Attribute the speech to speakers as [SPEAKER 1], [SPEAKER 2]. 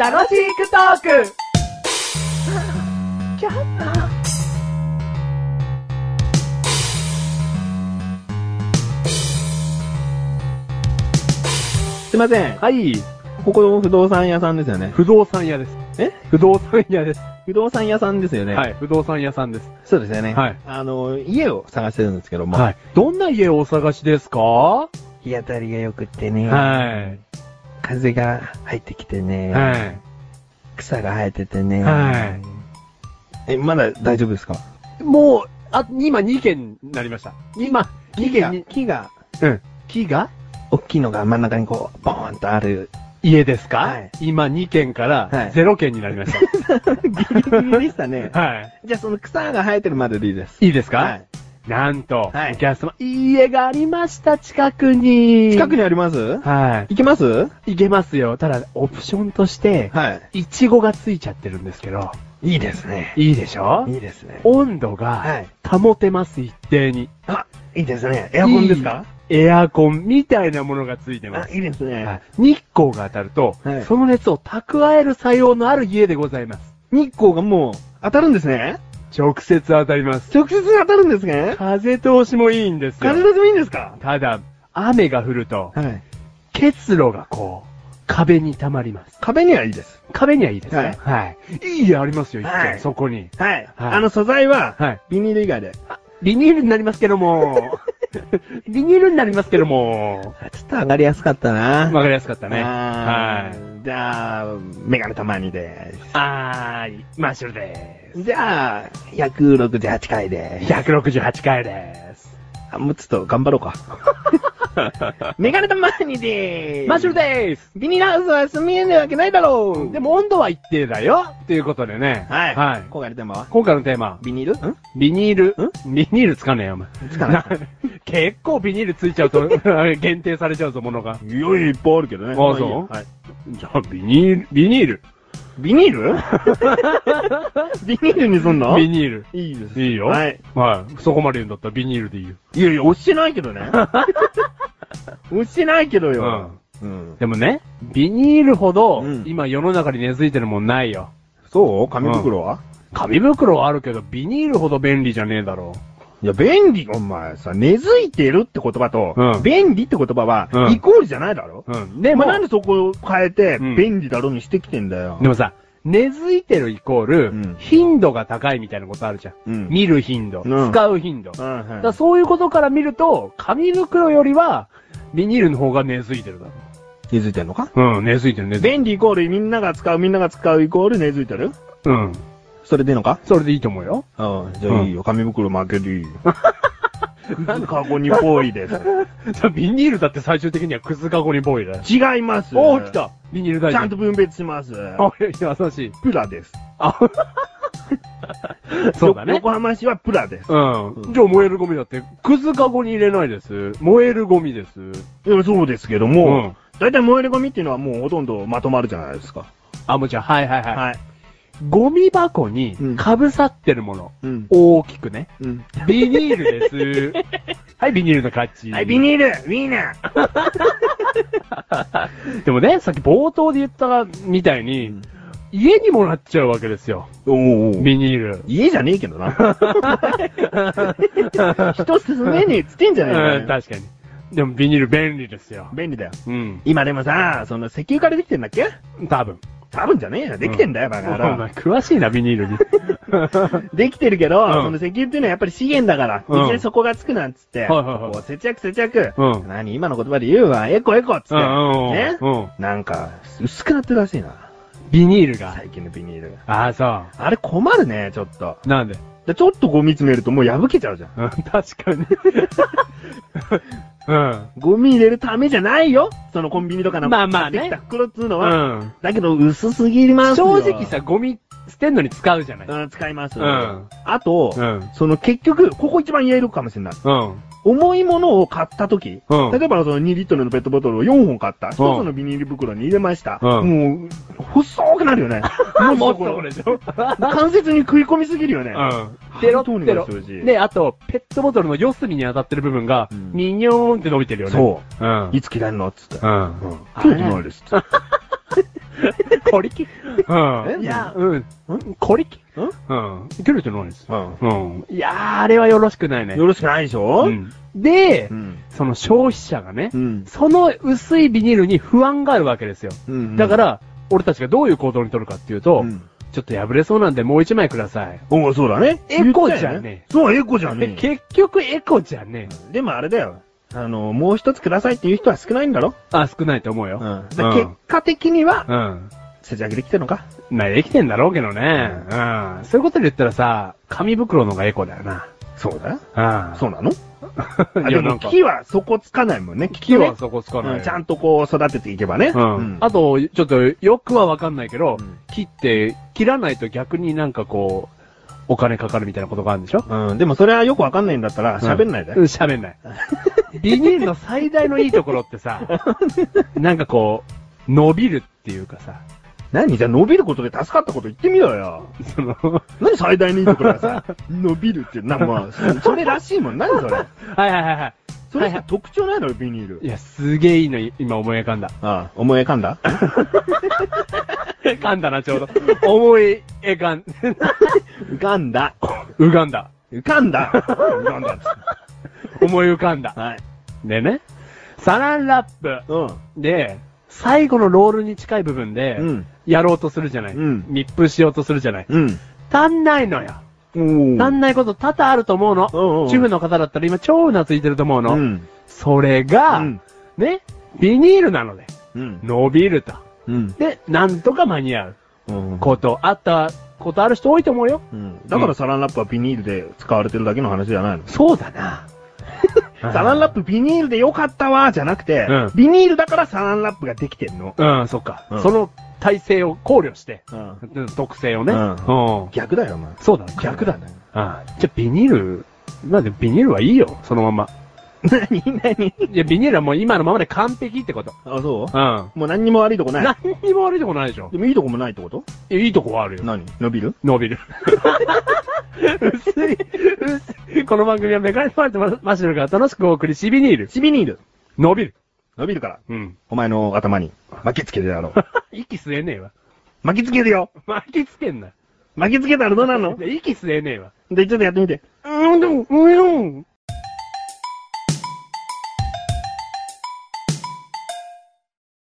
[SPEAKER 1] 楽しくトーク
[SPEAKER 2] すいません。はい。ここの不動産屋さんですよね。
[SPEAKER 3] 不動産屋です。
[SPEAKER 2] え
[SPEAKER 3] 不動産屋です。
[SPEAKER 2] 不動産屋さんですよね。
[SPEAKER 3] はい。不動産屋さんです。
[SPEAKER 2] そうですよね。
[SPEAKER 3] はい。
[SPEAKER 2] あの、家を探してるんですけども。
[SPEAKER 3] はい。どんな家をお探しですかは
[SPEAKER 1] 日当たりが良くってね、
[SPEAKER 3] い。は
[SPEAKER 1] 風が入ってきて
[SPEAKER 3] い。
[SPEAKER 1] ね、
[SPEAKER 3] は
[SPEAKER 1] 草が生えててね、
[SPEAKER 3] い。
[SPEAKER 2] え、まだ大丈夫ですか
[SPEAKER 3] もう、あ、今2件になりました。今、2
[SPEAKER 2] 木が
[SPEAKER 3] 件に、、
[SPEAKER 2] 木が、
[SPEAKER 3] うん。
[SPEAKER 2] 木が
[SPEAKER 1] 大きいのが真ん中にこう、ボーンとある。
[SPEAKER 3] 家ですか、
[SPEAKER 1] はい
[SPEAKER 3] 今2件から
[SPEAKER 2] はい
[SPEAKER 3] 0件になりまし
[SPEAKER 2] ギリギリでしたね
[SPEAKER 3] た。。はい。
[SPEAKER 2] じゃあその草が生えてるまででいいです。
[SPEAKER 3] いいですか、
[SPEAKER 2] はい
[SPEAKER 3] なんと、
[SPEAKER 2] はい
[SPEAKER 3] お客様、いい家がありました、近くに。
[SPEAKER 2] 近く
[SPEAKER 3] に
[SPEAKER 2] にあります
[SPEAKER 3] は
[SPEAKER 2] 行けます
[SPEAKER 3] い。いけますよ。ただ、オプションとして、
[SPEAKER 2] はい
[SPEAKER 3] ちごがついちゃってるんですけど、
[SPEAKER 2] い。いいですね。
[SPEAKER 3] いいでしょ
[SPEAKER 1] いいですね。
[SPEAKER 3] 温度
[SPEAKER 2] は
[SPEAKER 3] が
[SPEAKER 2] い
[SPEAKER 3] 保てます、一定に。
[SPEAKER 1] あ、いいですね。
[SPEAKER 3] エ
[SPEAKER 1] エアコンですか
[SPEAKER 3] エアコンみたいなものがついてま
[SPEAKER 1] あ、
[SPEAKER 3] す。
[SPEAKER 1] いいですね。
[SPEAKER 3] はい日光が当たると、
[SPEAKER 2] はい
[SPEAKER 3] その熱を蓄える作用のある家でございます。
[SPEAKER 2] 日光がもう当たるんですね
[SPEAKER 3] 直接当たります。
[SPEAKER 2] 直接当たるんですね
[SPEAKER 3] 風通しもいいんですよ
[SPEAKER 2] 風。立ちもいいんですか
[SPEAKER 3] ただ、雨が降ると、
[SPEAKER 2] はい。
[SPEAKER 3] 結露がこう、壁に溜まります。
[SPEAKER 2] 壁にはいいです。
[SPEAKER 3] 壁にはいいですね。はい。い、い家ありますよ、一軒、
[SPEAKER 2] はい
[SPEAKER 3] そこに。
[SPEAKER 2] はい。
[SPEAKER 3] はい
[SPEAKER 2] あの素材は、
[SPEAKER 3] はい。
[SPEAKER 2] ビニール以外で。
[SPEAKER 3] ビニールになりますけど も、ビニールになりますけども、
[SPEAKER 2] あちょっと上がりやすかったな。
[SPEAKER 3] わかりやすかったね。
[SPEAKER 2] あ
[SPEAKER 3] はい。
[SPEAKER 2] ーじゃあ、メガネたまにで。
[SPEAKER 3] あーい、マッシュルです。
[SPEAKER 2] じゃあ、168回です
[SPEAKER 3] 168回です。
[SPEAKER 2] あもうちょっと頑張ろう か。メガネたまにでーす。
[SPEAKER 3] マッシュルでーす。
[SPEAKER 2] ビニールハウスは住みえないわけないだろう。
[SPEAKER 3] で、も温度は一定だよ。ということでね。
[SPEAKER 2] はい。
[SPEAKER 3] はい。
[SPEAKER 2] 今回のテーマは
[SPEAKER 3] 今回のテーマ、
[SPEAKER 2] ビニールん
[SPEAKER 3] ビニール。ビニールつかねえよ、お前。
[SPEAKER 2] つかない。
[SPEAKER 3] 結構ビニールついちゃうと、 限定されちゃうぞ、ものが。
[SPEAKER 2] いやいっぱいあるけどね。
[SPEAKER 3] あ
[SPEAKER 2] まいい
[SPEAKER 3] そう
[SPEAKER 2] よはい。
[SPEAKER 3] じゃあ、ビニール、ビニール。
[SPEAKER 2] ビニール ビニールにすんの
[SPEAKER 3] ビニール。
[SPEAKER 2] いいです。
[SPEAKER 3] いいよ。
[SPEAKER 2] はい。
[SPEAKER 3] はい。そこまで言うんだったらビニールでいいよ。
[SPEAKER 2] いやいや、押してないけどね。押してないけど
[SPEAKER 3] う
[SPEAKER 2] よ。
[SPEAKER 3] ん。
[SPEAKER 2] うん。
[SPEAKER 3] でもね、ビニールほど、
[SPEAKER 2] うん
[SPEAKER 3] 今世の中に根付いてるもんないよ。
[SPEAKER 2] そう紙袋は
[SPEAKER 3] 紙袋はあるけど、ビニールほど便利じゃねえだろ
[SPEAKER 2] いや、便利、お前さ、根付いてるって言葉
[SPEAKER 3] う
[SPEAKER 2] と、
[SPEAKER 3] ん
[SPEAKER 2] 便利って言葉は
[SPEAKER 3] う、ん
[SPEAKER 2] イコールじゃないだろ
[SPEAKER 3] う。うん。で
[SPEAKER 2] お
[SPEAKER 3] も、
[SPEAKER 2] 前なんでそこを変えて
[SPEAKER 3] うん、
[SPEAKER 2] 便利だろうにしてきてんだよ
[SPEAKER 3] で。もさ、根付いてるイコール、
[SPEAKER 2] うん
[SPEAKER 3] 頻度が高いみたいなことあるじゃん。
[SPEAKER 2] うん
[SPEAKER 3] 見る頻度、
[SPEAKER 2] うん
[SPEAKER 3] 使う頻度。
[SPEAKER 2] う
[SPEAKER 3] だか
[SPEAKER 2] んはい
[SPEAKER 3] らそういうことから見ると、紙袋よりは、ビニールの方が根付いてるだろ
[SPEAKER 2] 根付いてんのか
[SPEAKER 3] う。うん、根付いてる、根付いて
[SPEAKER 2] 便利イコールみんなが使う、みんなが使うイコール根付いてる
[SPEAKER 3] る。うん。
[SPEAKER 2] それでいいのか
[SPEAKER 3] それでいいと思うよ。
[SPEAKER 2] うん。じゃあいいよ。紙袋負け るいいよ。カゴに多いです。
[SPEAKER 3] ビニールだって最終的にはくずかごにボーイだよ。
[SPEAKER 2] 違います。
[SPEAKER 3] おー、来たビニール大
[SPEAKER 2] ち
[SPEAKER 3] 臣。
[SPEAKER 2] ゃんと。分別します。
[SPEAKER 3] あ、優しい。
[SPEAKER 2] プラです。
[SPEAKER 3] あ、そうだ
[SPEAKER 2] よ
[SPEAKER 3] ね。
[SPEAKER 2] 横浜市はプラです。
[SPEAKER 3] うん。じゃあ燃えるゴミだって、くずかごに入れないです。燃えるゴミです。
[SPEAKER 2] いやそうですけど
[SPEAKER 3] う
[SPEAKER 2] も
[SPEAKER 3] ん、
[SPEAKER 2] 大体燃えるゴミっていうのはもうほとんどまとまるじゃないですか。
[SPEAKER 3] あ、もちろん、はいはいはい。
[SPEAKER 2] はい。
[SPEAKER 3] ゴミ箱に被さってるもの。
[SPEAKER 2] うん。
[SPEAKER 3] 大きくね。
[SPEAKER 2] うん。
[SPEAKER 3] ビニー ルです。はい、ビニールの勝ち。
[SPEAKER 2] はい、ビニール、ウィーナー
[SPEAKER 3] でもね、さっき冒頭で言ったみたいに、
[SPEAKER 2] うん
[SPEAKER 3] 家にもなっちゃうわけですよ。
[SPEAKER 2] おーおー
[SPEAKER 3] ビニール。
[SPEAKER 2] 家じゃねえけ どな。人進めねえっつってんじゃね
[SPEAKER 3] う
[SPEAKER 2] え
[SPEAKER 3] ん、
[SPEAKER 2] かよ。
[SPEAKER 3] 確かに。でもビニール便利ですよ。
[SPEAKER 2] 便利だよ。
[SPEAKER 3] うん。
[SPEAKER 2] 今でもさ、その石油からできてんだっけ
[SPEAKER 3] 多分。
[SPEAKER 2] 多分じゃねえよ。できてんだよ、バ
[SPEAKER 3] お
[SPEAKER 2] カ
[SPEAKER 3] 前
[SPEAKER 2] 野郎。
[SPEAKER 3] 詳しいな、ビニールに。
[SPEAKER 2] できてるけど、
[SPEAKER 3] ん
[SPEAKER 2] その石油っていうのはやっぱり資源だから、
[SPEAKER 3] うん
[SPEAKER 2] いきなり底がつくなんつって、
[SPEAKER 3] いはいはい
[SPEAKER 2] こう節約節約、
[SPEAKER 3] うん
[SPEAKER 2] 何今の言葉で言うわ、エコエコっつって、
[SPEAKER 3] うんうんうん
[SPEAKER 2] ね、
[SPEAKER 3] うん
[SPEAKER 2] なんか、薄くなってるらしいな、
[SPEAKER 3] ビニールが。
[SPEAKER 2] 最近のビニールが。
[SPEAKER 3] ああ、そ
[SPEAKER 2] あれ困るね、ちょっと。
[SPEAKER 3] う。なんで
[SPEAKER 2] で、ちょっとゴミ詰めるともう破けちゃうじゃん。
[SPEAKER 3] うん、確 かに。うん。
[SPEAKER 2] ゴミ入れるためじゃないよそのコンビニとかの
[SPEAKER 3] まあまあね
[SPEAKER 2] 買ってきた袋っつうのは、
[SPEAKER 3] うん。
[SPEAKER 2] だけど薄すぎますよ
[SPEAKER 3] 正直、さ、ゴミ捨てんのに使うじゃない。
[SPEAKER 2] うん、使います。
[SPEAKER 3] うん
[SPEAKER 2] あと、
[SPEAKER 3] うん。
[SPEAKER 2] その結局、ここ一番言えるかもしれない。
[SPEAKER 3] うん。
[SPEAKER 2] 重いものを買ったとき、
[SPEAKER 3] うん
[SPEAKER 2] 例えばその2リットルのペットボトルを4本買った。1つのビニール袋に入れました。
[SPEAKER 3] うん
[SPEAKER 2] もう、細くなるよね。
[SPEAKER 3] も
[SPEAKER 2] も
[SPEAKER 3] っとこれ
[SPEAKER 2] う
[SPEAKER 3] でしょ
[SPEAKER 2] 関節に食い込みすぎるよね。
[SPEAKER 3] うん。
[SPEAKER 2] はい
[SPEAKER 3] ペロ
[SPEAKER 2] どう
[SPEAKER 3] ッ
[SPEAKER 2] に
[SPEAKER 3] ペ
[SPEAKER 2] か
[SPEAKER 3] ロ
[SPEAKER 2] してほしい。
[SPEAKER 3] で、あと、ペットボトルの四隅に当たってる部分が
[SPEAKER 2] う、ん
[SPEAKER 3] ミニョーンって伸びてるよね。。
[SPEAKER 2] そう
[SPEAKER 3] うん。
[SPEAKER 2] いつ切らんのっつって。
[SPEAKER 3] うん。
[SPEAKER 2] うん。食うてないですって。
[SPEAKER 3] こりきうん。
[SPEAKER 2] え
[SPEAKER 3] いや、うん。こりきうん。取れてないです。
[SPEAKER 2] うん。
[SPEAKER 3] うん。いやー、あれはよろしくないね。
[SPEAKER 2] よろしくないでしょ
[SPEAKER 3] うんで
[SPEAKER 2] う、ん。
[SPEAKER 3] その消費者がね
[SPEAKER 2] う、ん。
[SPEAKER 3] その薄いビニールに不安があるわけですよ。
[SPEAKER 2] うん
[SPEAKER 3] だか、ら、俺たちがどういう行動に取るかっていうと、
[SPEAKER 2] うん。
[SPEAKER 3] ちょっと破れそうなんでもう一枚ください。
[SPEAKER 2] おうそうだね。
[SPEAKER 3] エコじゃね
[SPEAKER 2] そう、エコじゃ
[SPEAKER 3] え
[SPEAKER 2] ねえ。
[SPEAKER 3] 結局エコじゃねえ。
[SPEAKER 2] でもあれだよ。あの、もう一つくださいっていう人は少ないんだろ
[SPEAKER 3] あ、少ないと思う
[SPEAKER 2] う
[SPEAKER 3] よ。
[SPEAKER 2] ん。だから結果的には、
[SPEAKER 3] うん。
[SPEAKER 2] 節約できてるのか
[SPEAKER 3] まあ、できてんだろうけどね。うん。そういうことで言ったらさ、紙袋の方がエコだよな。
[SPEAKER 2] そうだよ。
[SPEAKER 3] うん。
[SPEAKER 2] そうなの
[SPEAKER 3] う。
[SPEAKER 2] あ
[SPEAKER 3] い
[SPEAKER 2] で
[SPEAKER 3] や、な
[SPEAKER 2] も
[SPEAKER 3] んか、
[SPEAKER 2] 木はそこつかないもんね。
[SPEAKER 3] 木は
[SPEAKER 2] ね
[SPEAKER 3] そこつか
[SPEAKER 2] う
[SPEAKER 3] なんい。
[SPEAKER 2] ちゃんとこう育てていけばね。
[SPEAKER 3] うん。あと、ちょっと、よくはわかんないけど、
[SPEAKER 2] うん
[SPEAKER 3] 切って、切らないと逆になんかこう、お金かかるみたいなことがあるんでしょ
[SPEAKER 2] うん。でもそれはよくわかんないんだったら喋んないで
[SPEAKER 3] うん。喋 んない。ビニールの最大のいいところってさ、なんかこう、伸びるっていうかさ、
[SPEAKER 2] 何じゃあ伸びることで助かったこと言ってみろよ。
[SPEAKER 3] その、
[SPEAKER 2] 何最大のいいところは さ、伸びるって、な、まあ、そそれらしいもん。何それ。
[SPEAKER 3] はいはいはいは
[SPEAKER 2] それしか特徴ないのよ、ビニール
[SPEAKER 3] い。い。や、すげえいいの、今思い浮かんだ。
[SPEAKER 2] ああ、思い浮かんだ
[SPEAKER 3] 噛んだな、ちょうど。思い浮かん、
[SPEAKER 2] 浮かんだ。
[SPEAKER 3] 浮かんだ。
[SPEAKER 2] 浮かん だ。浮かんだっつっ
[SPEAKER 3] 思い浮かんだ
[SPEAKER 2] て。。はい。
[SPEAKER 3] でね、サランラップ
[SPEAKER 2] うん。
[SPEAKER 3] で、最後のロールに近い部分で、
[SPEAKER 2] うん。
[SPEAKER 3] やろうとするじゃない、
[SPEAKER 2] うん
[SPEAKER 3] 密封しようとするじゃない、
[SPEAKER 2] うん。
[SPEAKER 3] 足んないのよ。
[SPEAKER 2] おー
[SPEAKER 3] 足んないこと多々あると思うの。
[SPEAKER 2] うんうん
[SPEAKER 3] 主婦の方だったら今超うなついてると思うの。
[SPEAKER 2] うん。
[SPEAKER 3] それが、
[SPEAKER 2] うん
[SPEAKER 3] ね、ビニールなので、
[SPEAKER 2] うん。
[SPEAKER 3] 伸びると。
[SPEAKER 2] うん。
[SPEAKER 3] で、なんとか間に合う
[SPEAKER 2] うん。
[SPEAKER 3] こと、あったことある人多いと思うよ。
[SPEAKER 2] うんだからサランラップはビニールで使われてるだけの話じゃないの。
[SPEAKER 3] そうだな。
[SPEAKER 2] サランラップビニールでよかったわーじゃなくて、
[SPEAKER 3] うん
[SPEAKER 2] ビニールだからサランラップができてんの。
[SPEAKER 3] プうん、そっか、
[SPEAKER 2] うん
[SPEAKER 3] その体制を考慮して、
[SPEAKER 2] うん。
[SPEAKER 3] うん特性をね。
[SPEAKER 2] うん
[SPEAKER 3] うん
[SPEAKER 2] 逆だよ、お前。
[SPEAKER 3] そうだね。
[SPEAKER 2] 逆だね。
[SPEAKER 3] ああじゃあビニール、まあでもビニールはいいよ、そのまま。
[SPEAKER 2] 何何
[SPEAKER 3] いや、ビニールはもう今のままで完璧ってこと。
[SPEAKER 2] あ、そ
[SPEAKER 3] うん。
[SPEAKER 2] うもう何にも悪いとこない。
[SPEAKER 3] 何にも悪いとこないでしょ。
[SPEAKER 2] でもいいとこもないってこと
[SPEAKER 3] いやいいとこはあるよ。
[SPEAKER 2] 何伸びる
[SPEAKER 3] 伸びる。薄い、薄い。この番組はメガネとマルとマシュルが楽しくお送りしビニール。
[SPEAKER 2] シビニール。
[SPEAKER 3] 伸びる。
[SPEAKER 2] 伸びるから、
[SPEAKER 3] うん。
[SPEAKER 2] お前の頭に巻きつけてやろう。
[SPEAKER 3] 息吸えねえわ。
[SPEAKER 2] 巻きつけるよ
[SPEAKER 3] 巻きつけんな。
[SPEAKER 2] 巻きつけたらどうなるの
[SPEAKER 3] で息吸えねえわ。
[SPEAKER 2] で、ちょっとやってみて。
[SPEAKER 3] うん、うん、うん。